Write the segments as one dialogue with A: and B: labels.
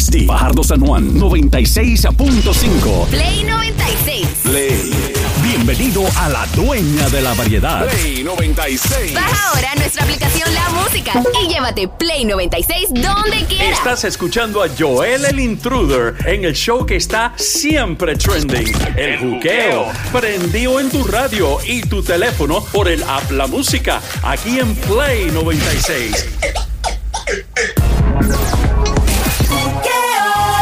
A: Steve. Fajardo San Juan, 96.5.
B: Play 96.
A: Play. Bienvenido a la dueña de la variedad.
C: Play 96.
B: Baja ahora nuestra aplicación La Música y llévate Play 96 donde quieras.
D: Estás escuchando a Joel el Intruder en el show que está siempre trending. El juqueo. Prendido en tu radio y tu teléfono por el app La Música. Aquí en Play 96.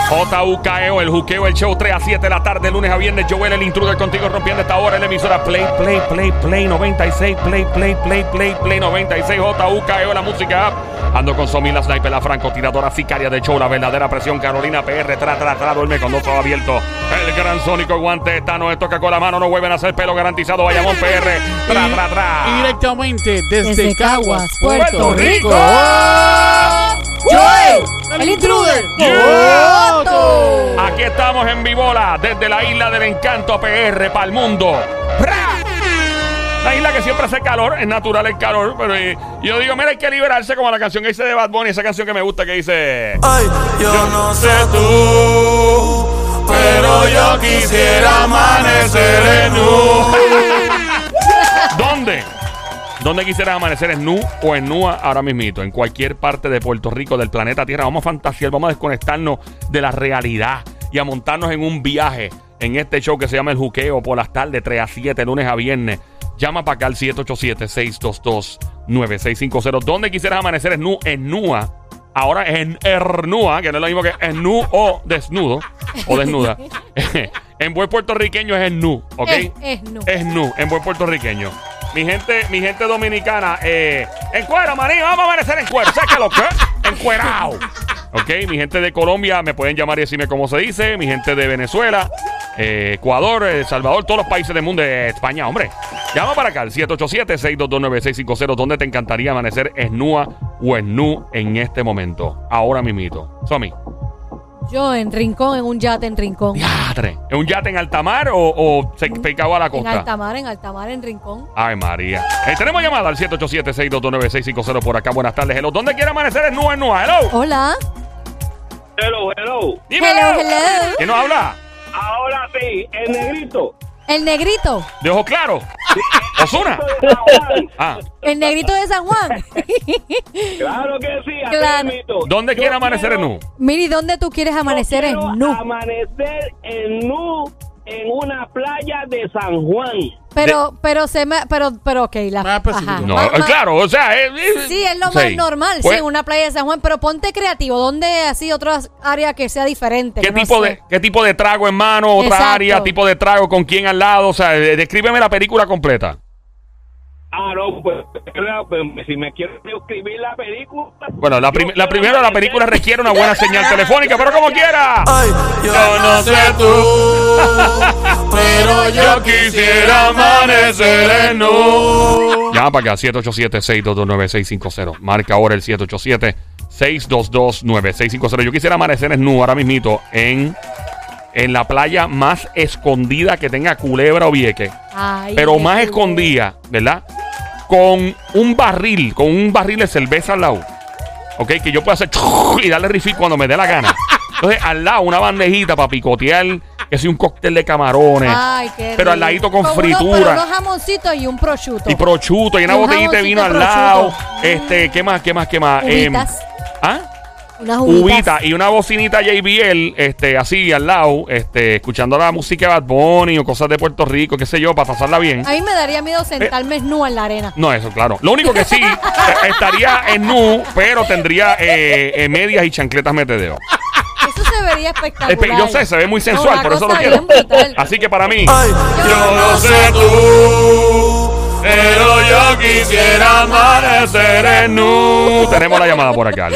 E: JUKEO, E el juqueo, el show 3 a 7 de la tarde, lunes a viernes. Joel, el intruder contigo rompiendo esta hora en la emisora Play, Play, Play, Play 96, Play, Play, Play, Play, Play 96. JUKEO, E la música app. Ando con Somi, la sniper, la francotiradora sicaria de show, la verdadera presión. Carolina PR, tra, tra, tra, duerme con dos ojos abiertos. El gran sónico guante está, no les toca con la mano, no vuelven a hacer pelo garantizado. Bayamón PR, tra, tra,
F: Y
E: tra.
F: directamente desde,
G: Desde
F: Caguas,
G: Caguas,
F: Puerto,
G: Puerto
F: Rico.
G: Rico.
F: ¡Joel!
G: ¡El intruder!
F: ¡Coto!
E: Aquí estamos en Vivola, desde la isla del encanto PR para el mundo. ¡Pra! La isla que siempre hace calor, es natural el calor, pero eh, yo digo, mira, hay que liberarse como la canción que dice de Bad Bunny, esa canción que me gusta que dice...
H: Ay, yo no sé tú, pero yo quisiera amanecer en un.
E: ¿Dónde? ¿Dónde quisieras amanecer? ¿En Nu o en Nua ahora mismito? En cualquier parte de Puerto Rico, del planeta Tierra. Vamos a fantasear, vamos a desconectarnos de la realidad y a montarnos en un viaje en este show que se llama El Juqueo por las tardes, 3 a 7, lunes a viernes. Llama para acá al 787-622-9650. ¿Dónde quisieras amanecer? ¿En Nu? ¿En Nua? Ahora es en Ernua, que no es lo mismo que en nu o desnudo o desnuda. en buen puertorriqueño es en nu, ¿ok?
G: Es- es nu.
E: Es nu, en buen puertorriqueño. Mi gente, mi gente dominicana, eh, en cuero, maní, vamos a amanecer en cuero. ¿Sabes qué lo que? En cuerao. Ok, mi gente de Colombia, me pueden llamar y decirme cómo se dice. Mi gente de Venezuela, eh, Ecuador, El Salvador, todos los países del mundo, eh, España, hombre. Llama para acá al 787-622-9650. ¿Dónde te encantaría amanecer en Nua o en Nu en este momento? Ahora mismito. Somi,
G: Yo en Rincón, en un yate en Rincón.
E: diadre. ¿Es un yate en alta mar o, o se pegado a la
G: En
E: costa?
G: alta mar, en alta mar, en Rincón.
E: Ay, María. Eh, tenemos llamada al 787-629-650 por acá. Buenas tardes, hello. ¿Dónde quiere amanecer? Es Nua, es Nua. Hello.
G: Hola.
I: Hello, hello.
E: Dímelo.
G: Hello, hello.
E: ¿Quién nos habla?
I: Ahora sí, el negrito.
G: El negrito.
E: ¿De ojo claro? ¿Osuna? Ah.
G: El negrito de San Juan.
I: Claro que sí, así
G: Claro.
I: mismito.
E: ¿Dónde
I: Yo
E: quiere amanecer en
I: quiero-
E: Nu?
G: Miri, ¿dónde tú quieres amanecer
I: yo
G: en
I: quiero
G: nu?
I: Amanecer en nu en una playa de San Juan.
G: Pero, pero se me, pero, pero, ok, la.
F: Más específico.
G: ajá,
E: No,
G: más-
E: eh,
G: más-
E: claro, o sea... eh, eh,
G: Ah. Sí, es lo más
E: sí.
G: normal,
E: Pues,
G: sí, una playa de San Juan, pero ponte creativo, ¿dónde así otras áreas que sea diferente?
E: ¿Qué
G: que no
E: tipo,
G: sé?
E: de, ¿Qué tipo de trago en mano? ¿Otra
G: Exacto.
E: área? ¿Tipo de trago? ¿Con quién al lado? O sea, eh, descríbeme la película completa.
I: Ah, no, pues, claro, pues, si me quiero escribir la película.
E: Bueno, la,
I: yo
E: prim- la
I: quiero
E: primera, la
I: amanecer-
E: película requiere una buena señal telefónica, pero como quiera.
H: Ay, yo no sé tú, pero yo quisiera amanecer en un.
E: Llama para acá, 787-622-9650. Marca ahora el 787-622-9650. Yo quisiera amanecer en nu ahora mismito en, en la playa más escondida que tenga Culebra o Vieque.
G: Ay,
E: Pero
G: qué
E: más
G: chulo.
E: escondida, ¿verdad? Con un barril, con un barril de cerveza al lado. ¿Ok? Que yo pueda hacer y darle refill cuando me dé la gana. Entonces, al lado una bandejita para picotear, que sea un cóctel de camarones.
G: Ay, qué
E: pero al
G: rico.
E: ladito con,
G: unos- pero
E: fritura.
G: unos jamoncitos y un prosciutto.
E: Y prosciutto, y una
G: Y un
E: botellita de
G: jamoncito
E: vino al
G: de
E: lado.
G: prosciutto.
E: Este, ¿qué más? ¿Qué más? ¿Qué más? Em,
G: Uvitas.
E: ¿Ah?
G: unas uvitas.
E: Uvitas y una bocinita JBL, este, así al lado, este, escuchando la música de Bad Bunny o cosas de Puerto Rico, qué sé yo, para pasarla bien.
G: A mí me daría miedo
E: Eh.
G: sentarme nua en la arena.
E: No, eso, claro. Lo único que sí, eh, estaría en nu, pero tendría eh, eh, medias y chancletas metedeo.
G: Eso se vería espectacular.
E: Yo sé, se ve muy sensual,
G: Una
E: por eso lo
G: cosa
E: quiero.
G: bien brutal.
E: Así que para mí,
H: Ay, yo no sé tú, pero yo quisiera amanecer en
E: nu.
H: un.
E: Tenemos la llamada por acá, el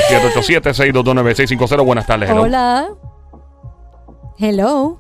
E: 787-622-9650. Buenas tardes, hello.
G: Hola. Hello.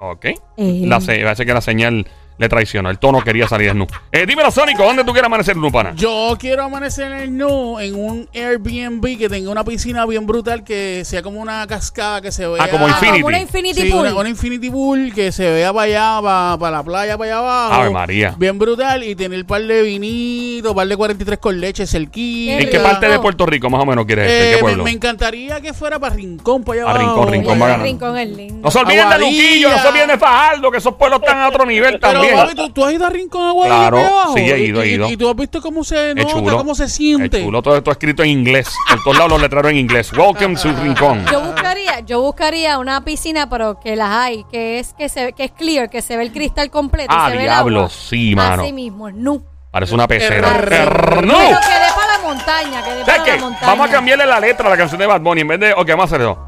E: Ok.
G: Eh,
E: La se- parece que la señal le traicionó. El tono quería salir desnudo. Eh, dímelo, Sónico, ¿dónde tú quieres amanecer, Lupana?
F: Yo quiero amanecer en el nu en un Airbnb que tenga una piscina bien brutal que sea como una cascada que se vea.
E: Ah, como Infinity.
G: Como una Infinity
F: Sí,
G: Pool.
F: una, una Infinity Pool que se vea para allá, para, la playa, para allá abajo.
E: Ave María.
F: Bien brutal y tener un par de vinitos, par de 43 con leche cerquita.
H: Eh,
E: ¿En qué parte de Puerto Rico más o menos quieres? este?
F: Eh,
E: ¿En qué
F: me-
E: pueblo?
F: me, encantaría que fuera para Rincón, para allá
E: A
F: abajo.
E: Rincón, Rincón, va
G: El
E: ganando.
G: rincón es lindo.
E: No se olviden de
F: Aguadilla.
E: Luquillo, no se olviden de Fajardo, que esos pueblos están a otro nivel
F: Pero,
E: también.
F: papi, ¿tú, tú has ido a Rincón Aguadilla
E: Claro,
F: para allá abajo?
E: sí, he
F: Y-
E: ido, he
F: y-
E: ido.
F: Y, tú has visto cómo se
E: Es
F: nota, cómo se
E: Es
F: siente.
E: chulo, todo esto escrito en inglés. Por todos lados los letreros en inglés. Welcome to Rincón.
G: Yo buscaría, yo buscaría una piscina, pero que las hay, que es que se que es clear, que se ve el cristal completo. y
E: Ah,
G: se ve el
E: diablo,
G: agua.
E: sí, mano.
G: Así mismo, es nu.
E: Parece una pecera.
F: Err-
E: Err- ¡No!
G: Pero que dé para la montaña, que dé
E: ¿Sabes
G: para la
E: qué?
G: montaña.
E: Vamos a cambiarle la letra a la canción de Bad Bunny. En vez de. Ok, vamos a hacer eso.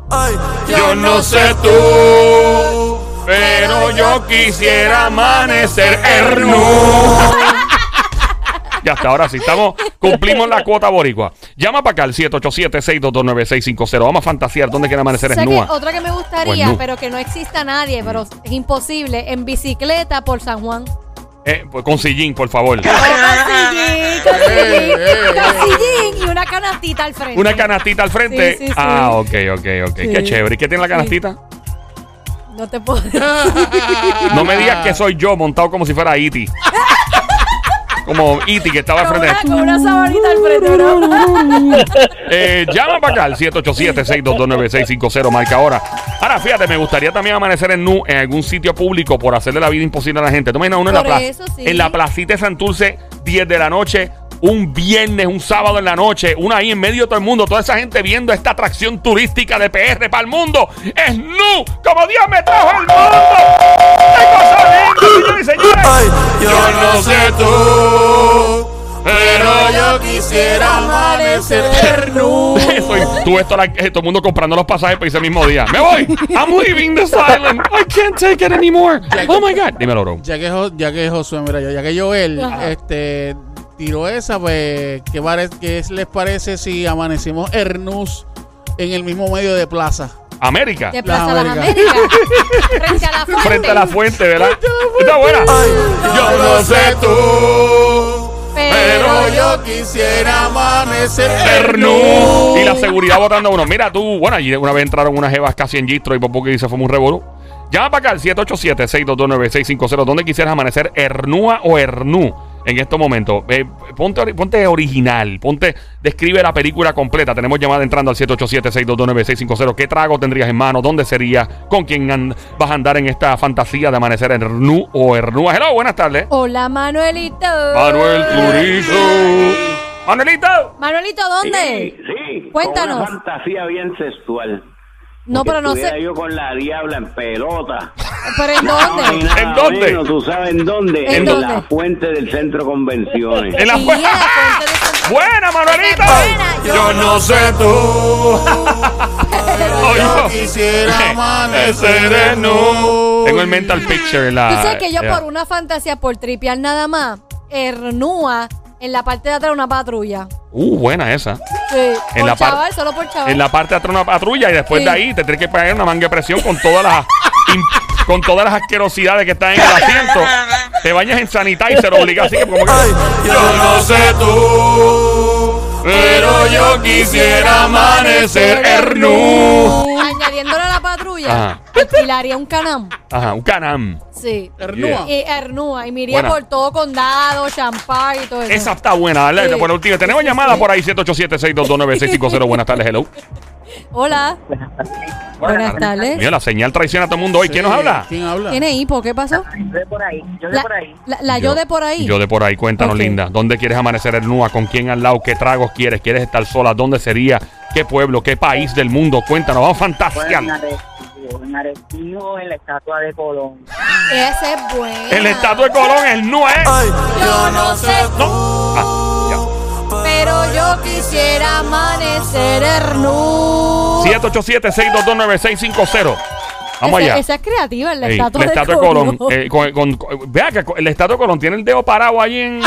H: Yo no sé tú, pero yo quisiera amanecer en nu.
E: Ya hasta ahora sí estamos, cumplimos la cuota boricua. Llama para acá al 787-622-9650. Vamos a fantasear dónde quiere amanecer
G: Sé
E: en
G: que
E: Nua.
G: otra que me
E: Pues,
G: gustaría,
E: nu.
G: pero que no exista nadie, pero es imposible, en bicicleta por San Juan.
E: Eh, pues, con sillín, por favor.
G: Casillín, casillín, casillín y una canastita al frente.
E: Una canastita al frente.
G: Sí, sí, sí.
E: Ah, ok, ok, ok. Qué
G: Sí.
E: chévere. ¿Y qué tiene la canastita?
G: No te puedo.
E: Ah, No me digas que soy yo montado como si fuera Iti. Como Iti que estaba al
G: Con
E: frente.
G: una, con una sabanita al frente,
F: Uh,
G: ¿verdad?
E: Eh, llama para acá al 787-622-9650. Marca ahora. Ahora, fíjate, me gustaría también amanecer en nu en algún sitio público por hacerle la vida imposible a la gente. ¿Tú imaginas uno en la
G: Por
E: plaza?
G: eso sí.
E: En la placita de Santurce, 10 de la noche, un viernes, un sábado en la noche, una ahí en medio de todo el mundo, toda esa gente viendo esta atracción turística de PR para el mundo. ¡Es nu! ¡Como Dios me trajo al mundo! ¡Qué cosa linda, señores y señores!
H: Yo no sé tú, pero yo quisiera amanecer en nu.
E: Eso, y tú, esto, la- eh, todo el mundo comprando los pasajes para ese mismo día. ¡Me voy! ¡I'm leaving this island! ¡I can't take it anymore! ¡Oh, my God! Dímelo, bro.
F: Ya que, Jo- ya que Josué, mira yo, ya que Joel este, tiró esa, pues, ¿qué, pare- qué es- les parece si amanecimos Ernus en el mismo medio de plaza?
E: América.
G: De Plaza Las
F: Américas.
G: Américas. Frente a la fuente.
E: Frente a la fuente, ¿verdad? Está buena.
H: Yo no sé tú, pero yo
F: quisiera amanecer
E: Pernu. Y la seguridad votando a uno. Mira tú, bueno, allí una vez entraron unas jevas casi en gistro y por poco que se fue un revolú. Llama para acá al 787-622-9650. ¿Dónde quisieras amanecer? ¿Hernúa o Hernú? En estos momentos. Eh, ponte, ori- ponte original. Ponte, describe la película completa. Tenemos llamada entrando al 787-622-9650. ¿Qué trago tendrías en mano? ¿Dónde serías? ¿Con quién and- vas a andar en esta fantasía de amanecer en Hernú o Hernúa? Hello, buenas tardes.
G: Hola, Manuelito.
E: Manuel Turizo. Manuelito.
G: Manuelito, ¿dónde?
I: Sí,
G: Cuéntanos.
I: Con una fantasía bien sexual.
G: No,
I: Que
G: pero no
I: estuviera
G: sé.
I: yo con la diabla en pelota.
G: ¿Pero en
I: No, ni
G: dónde?
I: nada
E: ¿En dónde?
I: menos, ¿Tú sabes en dónde?
G: ¿En dónde?
I: la fuente del centro convenciones.
E: En la
G: Sí,
E: fue-
G: en la fuente de Santa-
E: Buena, Manuelito.
G: Buena, yo-
H: Yo no sé tú,
E: Oye,
H: yo
E: eh,
F: Quisiera amanecer
H: amanecer en nu.
E: Tengo el mental picture. La,
G: Tú sabes que yo
E: eh,
G: por una fantasía, por tripear nada más, hernúa en la parte de atrás de una patrulla.
E: Uh, buena esa.
G: Sí, por
E: la par-
G: chaval, solo por chaval.
E: En la parte de atrás una patrulla y después
G: Sí.
E: de ahí te tienes que pagar una manga de presión con todas las im- con todas las asquerosidades que están en el asiento. Te bañas en sanitizer obligado, así que como que
H: Yo no sé tú, pero yo quisiera amanecer en nu.
G: Añadiéndole a la patrulla,
E: Ajá.
G: alquilaría un canam.
E: Ajá, un canam.
G: Sí.
F: Ernúa.
G: Y hernúa. Y me iría
E: Buena.
G: por todo condado, champán y todo eso.
E: Esa está buena, ¿verdad?
G: Sí.
E: Por último, tenemos llamada por ahí 787-622-9650. Buenas tardes, hello.
G: Hola. Buenas tardes.
E: Mira, la señal traiciona a todo el mundo hoy. ¿Quién nos
F: Sí,
E: habla?
F: ¿Quién habla?
G: ¿Tiene hipo? ¿Qué pasó? Yo de por ahí. La, la yo, de por ahí.
E: Yo de por ahí, cuéntanos,
G: Ok.
E: linda. ¿Dónde quieres amanecer en Nua? ¿Con quién al lado? ¿Qué tragos quieres? ¿Quieres estar sola? ¿Dónde sería? ¿Qué pueblo? ¿Qué país del mundo? Cuéntanos, vamos
C: Bueno, en
E: fantasear.
C: Arecibo, en Arecibo, en la estatua de Colón.
G: Esa es buena.
E: El estatua de Colón es Nua, ¿eh?
G: Yo no sé,
E: Ah, ya.
G: pero yo quisiera amanecer hernú.
E: 787-622-9650. Vamos
G: Esa-
E: allá.
G: Esa es creativa, la
E: Ey,
G: estatua,
E: la
G: de
E: estatua de Eh,
G: Colón.
E: Colón. eh, con- con- con- vea que el estatua de Colón tiene el dedo parado ahí en.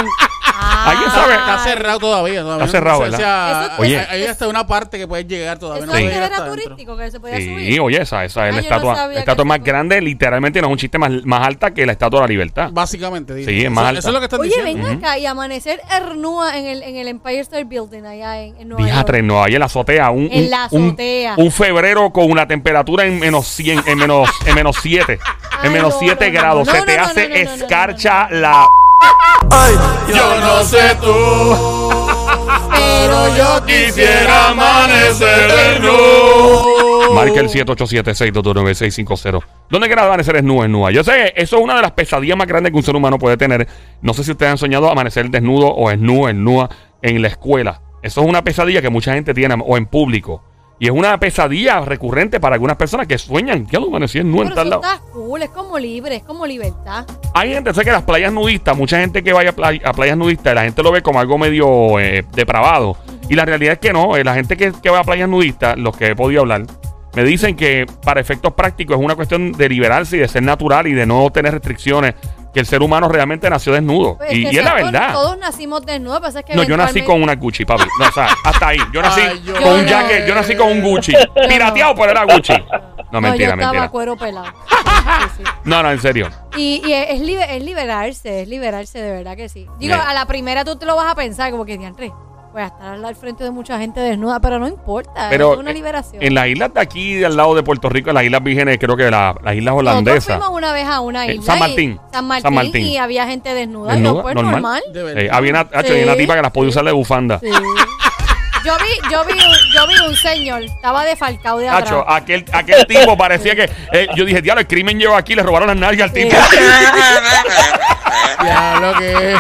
E: ¿Alguien
G: Ah,
E: sabe?
F: Está cerrado todavía. todavía.
E: Está cerrado,
F: O sea,
G: ¿verdad?
F: sea,
G: Eso-
E: Oye.
F: Hay hay hasta una parte que puedes llegar todavía.
G: Eso
F: no puedes
G: antes
F: llegar
G: era
F: hasta adentro.
G: turístico, que se podía subir.
E: Sí, oye, esa, esa es
G: Ah,
E: la
G: yo no
E: estatua,
G: sabía
E: la
G: que
E: estatua
G: se
E: más
G: podía.
E: grande, literalmente no es un chiste más, más alta que la estatua de la libertad.
F: Básicamente. dice.
E: Sí, es
F: Eso-
E: más
F: eso,
E: alta.
F: es lo que están
G: Oye,
F: diciendo.
G: ven acá y amanecer Ernúa en el, en el Empire State Building allá en, en Nueva York.
E: Díjate, no, ahí en la azotea. Un,
G: En
E: un-
G: la
E: un-
G: azotea.
E: Un, febrero con una temperatura en menos 100, en menos, en menos 7.
G: Ay,
E: En menos
G: no,
E: 7
G: no, no,
E: grados.
G: no,
E: Se
G: no,
E: te
G: no, no,
E: hace
G: no, no, no, no,
E: escarcha
G: no, no.
E: la...
H: Yo no sé tú,
G: Pero yo
H: quisiera amanecer en
G: Oh.
E: Marca el 787-622-9650. ¿Dónde queda amanecer desnudo en Nueva? Yo sé, eso es una de las pesadillas más grandes que un ser humano puede tener. No sé si ustedes han soñado amanecer desnudo o desnudo en Nueva en la escuela. Eso es una pesadilla que mucha gente tiene, o en público. Y es una pesadilla recurrente para algunas personas que sueñan que amanecí en nu en
G: Pero
E: tal
G: eso
E: lado.
G: está cool, es como libre, es como libertad.
E: Hay gente, sé que las playas nudistas, mucha gente que vaya a, play- a playas nudistas, la gente lo ve como algo medio eh, depravado. Y la realidad es que no, eh, la gente que, que va a playas nudistas, los que he podido hablar, me dicen que para efectos prácticos es una cuestión de liberarse y de ser natural y de no tener restricciones, que el ser humano realmente nació desnudo.
G: Pues
E: y
G: que
E: y es la
G: todos-
E: verdad.
G: Todos nacimos desnudos, pero es que
E: No, yo nací
G: eventualmente-
E: con una Gucci, papi. No, o sea, hasta ahí. Yo nací
F: Ay, yo
E: con un
G: no.
E: jacket, yo nací con un Gucci. Pirateado, pero era Gucci. No, mentira,
G: yo estaba
E: mentira.
G: cuero pelado. Sí, sí.
E: No, no, en serio.
G: Y, y es, es liber- es liberarse, es liberarse, de verdad que sí. Digo,
E: Bien.
G: a la primera tú te lo vas a pensar, como que diantre, voy a estar al al frente de mucha gente desnuda, pero no importa,
E: Pero
G: es una liberación.
E: en las islas de aquí, de al lado de Puerto Rico, en las islas vírgenes, creo que la- las islas
G: Nosotros
E: holandesas,
G: fuimos una vez a una
E: Eh,
G: isla.
E: San
G: y-
E: Martín.
G: San Martín.
E: San Martín.
G: Y había gente desnuda.
E: Desnuda,
G: y no, pues,
E: normal.
G: normal.
F: De verdad.
E: eh, había, una, hacho, había una
G: Sí,
E: tipa que las podía
G: sí.
E: usar de bufanda.
G: Sí. Yo vi, yo vi, un- yo vi un señor, estaba defalcado de atrás.
E: Hacho, aquel, aquel tipo parecía que. eh, yo dije, diablo, el crimen llegó aquí, le robaron las nalgas al tipo.
F: Ya lo que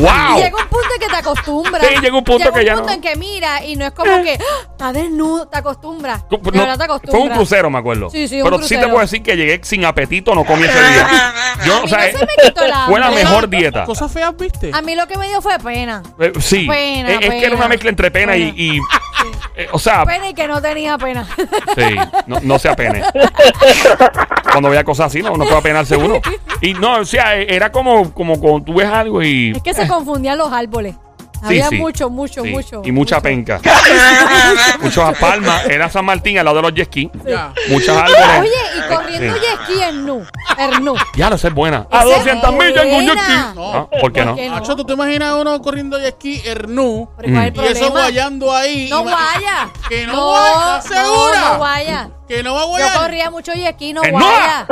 E: ¡Wow!
G: llega un punto en que te acostumbras.
E: Sí, llega un punto que ya
G: punto
E: no.
G: en que mira y no es como que ¡Ah! está desnudo, te acostumbras.
E: Cu-
G: De
E: no,
G: verdad te acostumbras.
E: fue un crucero, me acuerdo.
G: Sí, sí, un
E: Pero sí te
G: crucero.
E: puedo decir que llegué sin apetito, no comí ese día. Yo,
G: A
E: o
G: mí
E: sea, eh,
G: no se me quitó el
E: fue la
G: hambre.
E: mejor dieta.
F: Cosas feas, viste.
G: A mí lo que me dio fue pena.
E: Eh, sí.
G: Pena,
E: Eh, es que era
G: pena. Pues
E: una mezcla entre pena y. y- eh, o sea,
G: Pena y que no tenía pena.
E: Sí, no, no se apene. Cuando vea cosas así, no, no puede apenarse uno. Y no, o sea, eh, era como, como cuando tú ves algo y.
G: es que se confundían los árboles.
E: sí,
G: Había
E: sí.
G: mucho, mucho,
E: Sí,
G: mucho.
E: Y mucha penca. Muchas palmas. Era San Martín al lado de los jet ski.
F: Ya.
E: Muchas
G: pena.
E: árboles.
G: Oye, y corriendo
E: Sí.
G: jet ski en nu. En nu.
E: Ya, no, esa es buena. A
G: Esa es
E: 200 millas en un jet ski.
G: buena.
E: Ah, ¿Por qué no?
G: qué no?
F: Acho, ¿tú te imaginas uno corriendo jet ski hernú?
G: Pero
E: Mm.
G: ¿cuál es el
F: Y eso
G: problema?
F: guayando ahí.
G: No
F: y-
G: guaya.
F: Que no guaya, ¿estás segura?
G: No, no guaya.
F: Que no va a guayar.
G: Yo corría mucho y aquí no
E: ¿En
G: guaya.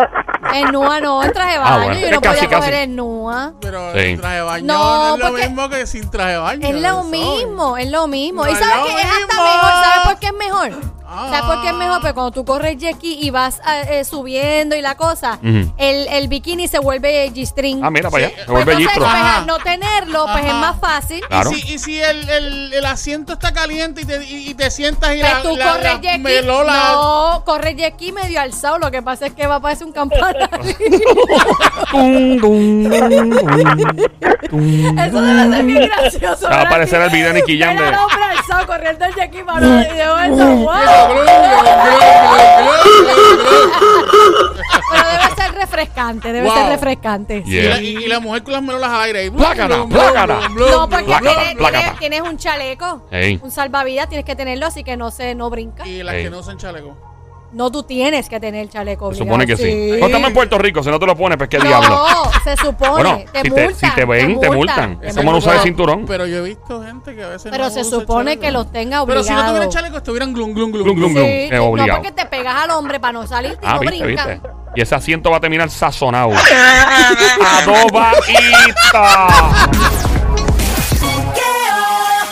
G: En Nua no, en traje de
E: Ah,
G: baño.
E: bueno.
G: Yo
E: Es
G: no
E: casi,
G: podía
E: casi.
G: coger en Nua.
F: Pero
E: Sí.
F: sin traje de baño
G: No,
F: no, es lo
G: porque-
F: mismo que sin traje de baño.
G: Es lo
F: ¿sabes?
G: mismo, es lo mismo.
F: No
G: y
F: es
G: sabes
F: lo
G: que es hasta
F: mismo.
G: mejor. ¿Sabes por qué es mejor?
F: Ah.
G: ¿Sabes por qué es mejor? Porque cuando tú corres jet ski y vas ah, eh, subiendo y la cosa,
E: Ujú.
G: el, el bikini se vuelve G-string.
E: Ah, mira para allá. Me
G: Pues
E: vuelve
G: entonces,
E: Gistro.
G: pues,
F: Ajá.
G: al no tenerlo, pues
F: Ajá.
G: es más fácil.
E: Ah, Claro.
F: Y si, y si el, el, el asiento está caliente y te, y, y te sientas y
G: Pues
F: la,
G: tú
F: la-
G: corres
F: la
G: jet ski.
F: melola-
G: No, corres jet ski medio alzado. Lo que pasa es que va a parecer un campanario.
E: Tum, tum, tum, tum.
G: Eso debe ser bien gracioso.
E: Va a
G: ¿verdad?
E: aparecer el video de Nicky Jam
G: Ver
E: de-
G: al hombre alzado corriendo el jet ski para y de momento, ¡guau! Pero debe ser refrescante, debe ser
F: Wow.
G: refrescante.
E: Yeah.
F: Y, la, y- y la mujer con las melolas al aire. y blum,
E: Plácala,
F: blum, blum,
E: plácala.
F: blum, blum,
G: No, porque
F: blum.
E: Placa,
G: tiene-
E: placa,
G: tiene-
E: pa.
G: tienes un chaleco,
E: Ey.
G: un salvavidas, tienes que tenerlo, así que no se, no brinca.
F: Y las
E: Ey.
F: que no usan chaleco.
G: No, tú tienes que tener el chaleco.
E: Se
G: obligado,
E: supone que sí. No estamos en Puerto Rico, si no te lo pones, pues qué diablo.
G: No, se supone.
E: Bueno,
G: te
E: si te-
G: multan,
E: si te ven, te multan. Eso no usa el cinturón.
F: Pero yo he visto gente que a veces
G: Pero
F: no
G: se
F: usa el
G: supone
F: chaleco.
G: que los tenga
F: Pero si no
G: obligado.
F: tuvieran chaleco, estuvieran glum, glum, glum.
E: Glum, glum, glum.
G: Sí,
E: Es
G: no,
E: obligado.
G: porque te pegas al hombre para no salir y
E: Ah,
G: no
E: viste,
G: brinca.
E: viste. Y ese asiento va a terminar sazonado. Adobadita.